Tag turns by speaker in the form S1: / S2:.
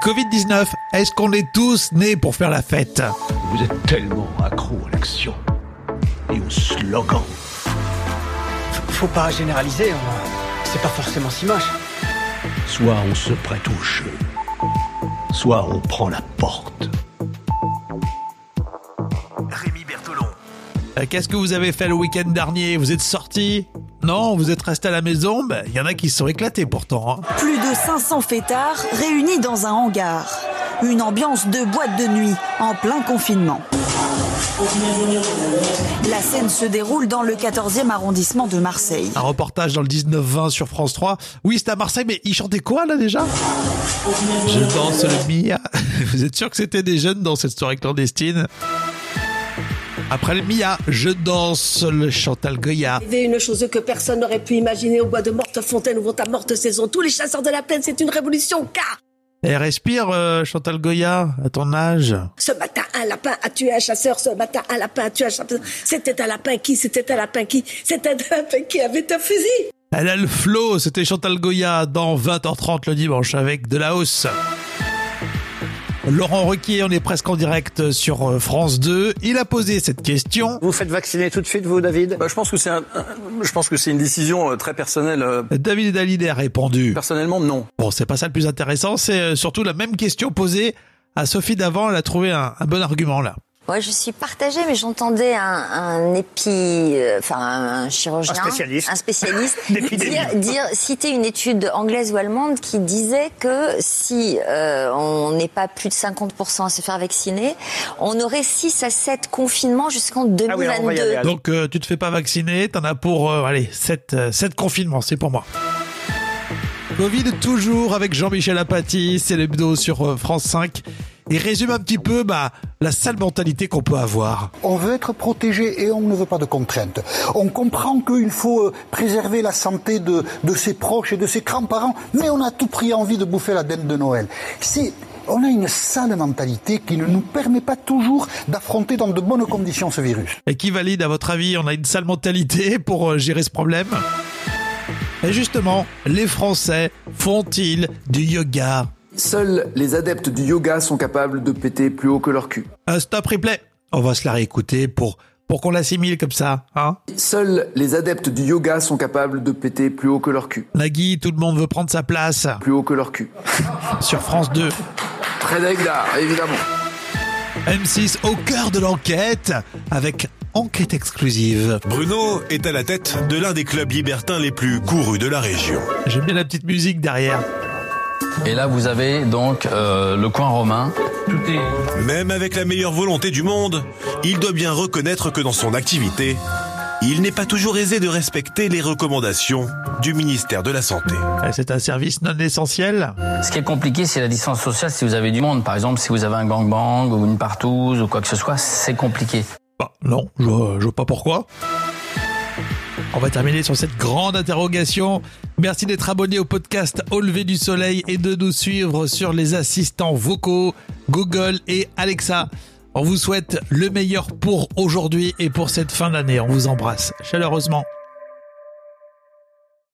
S1: Covid-19, est-ce qu'on est tous nés pour faire la fête
S2: Vous êtes tellement accro à l'action et au slogan.
S3: Faut pas généraliser, on- c'est pas forcément si moche.
S2: Soit on se prête au jeu, soit on prend la porte. Rémi Bertolon.
S1: Euh, Qu'est-ce que vous avez fait le week-end dernier Vous êtes sortis Non, vous êtes restés à la maison Ben, Il y en a qui se sont éclatés pourtant. hein.
S4: Plus de 500 fêtards réunis dans un hangar. Une ambiance de boîte de nuit en plein confinement. La scène se déroule dans le 14e arrondissement de Marseille.
S1: Un reportage dans le 19-20 sur France 3. Oui, c'était à Marseille, mais ils chantaient quoi là déjà Je danse le Mia. Vous êtes sûr que c'était des jeunes dans cette soirée clandestine Après le Mia, je danse le Chantal Goya.
S5: Arriver une chose que personne n'aurait pu imaginer au bois de Mortefontaine où vont à morte saison tous les chasseurs de la plaine, c'est une révolution car
S1: Et respire euh, Chantal Goya, à ton âge.
S5: ce matin un lapin a tué un chasseur, ce matin un lapin a tué un chasseur. C'était un lapin qui, c'était un lapin qui, c'était un lapin qui avait un fusil.
S1: Elle a le flow, c'était Chantal Goya dans 20h30 le dimanche avec de la hausse. Laurent Requier, on est presque en direct sur euh, France 2. Il a posé cette question.
S3: Vous faites vacciner tout de suite, vous, David
S6: Bah, je pense que c'est un- je pense que c'est une décision euh, très personnelle. euh,
S1: David Hallyday a répondu.
S6: Personnellement, non.
S1: Bon, c'est pas ça le plus intéressant, c'est euh, surtout la même question posée à Sophie d'avant. Elle a trouvé un, un bon argument là.
S7: Ouais, je suis partagée, mais j'entendais un, un épi, euh, enfin un chirurgien,
S3: Un spécialiste.
S7: un spécialiste
S3: D'épidémie.
S7: dire, dire- citer une étude anglaise ou allemande qui disait que si euh, on n'est pas plus de 50% à se faire vacciner, on aurait 6 à 7 confinements jusqu'en
S3: Ah oui, alors on va y aller.
S7: 2022.
S3: alors.
S1: Donc euh, tu te fais pas vacciner, t'en as pour euh, allez, 7, confinements, c'est pour moi. Covid toujours avec Jean-Michel Apathy, c'est l'hebdo sur euh, France 5. Il résume un petit peu bah, la sale mentalité qu'on peut avoir.
S8: On veut être protégé et on ne veut pas de contraintes. On comprend qu'il faut euh, préserver la santé de, de ses proches et de ses grands-parents, mais on a à tout pris envie de bouffer la dinde de Noël. C'est, on a une sale mentalité qui ne nous permet pas toujours d'affronter dans de bonnes conditions ce virus.
S1: Et qui valide à votre avis On a une sale mentalité pour euh, gérer ce problème Et justement, les Français font-ils du yoga
S9: Seuls les adeptes du yoga sont capables de péter plus haut que leur cul.
S1: Un stop replay. On va se la réécouter pour, pour qu'on l'assimile comme ça. Hein
S9: Seuls les adeptes du yoga sont capables de péter plus haut que leur cul.
S1: Nagui, tout le monde veut prendre sa place
S9: Plus haut que leur cul.
S1: sur France 2.
S9: Très d'art, évidemment.
S1: M6 au cœur de l'enquête avec enquête exclusive.
S10: Bruno est à la tête de l'un des clubs libertins les plus courus de la région.
S1: J'aime bien la petite musique derrière.
S11: Et là, vous avez donc euh, le coin romain. Tout est
S10: Même avec la meilleure volonté du monde, il doit bien reconnaître que dans son activité, il n'est pas toujours aisé de respecter les recommandations du ministère de la Santé.
S1: Euh, C'est un service non essentiel.
S11: Ce qui est compliqué, c'est la distance sociale si vous avez du monde. Par exemple, si vous avez un gangbang ou une partouze ou quoi que ce soit, c'est compliqué.
S1: Bah, non, je, je vois pas pourquoi. On va terminer sur cette grande interrogation. Merci d'être abonné au podcast Au lever du soleil et de nous suivre sur les assistants vocaux, Google et Alexa. On vous souhaite le meilleur pour aujourd'hui et pour cette fin d'année. On vous embrasse chaleureusement.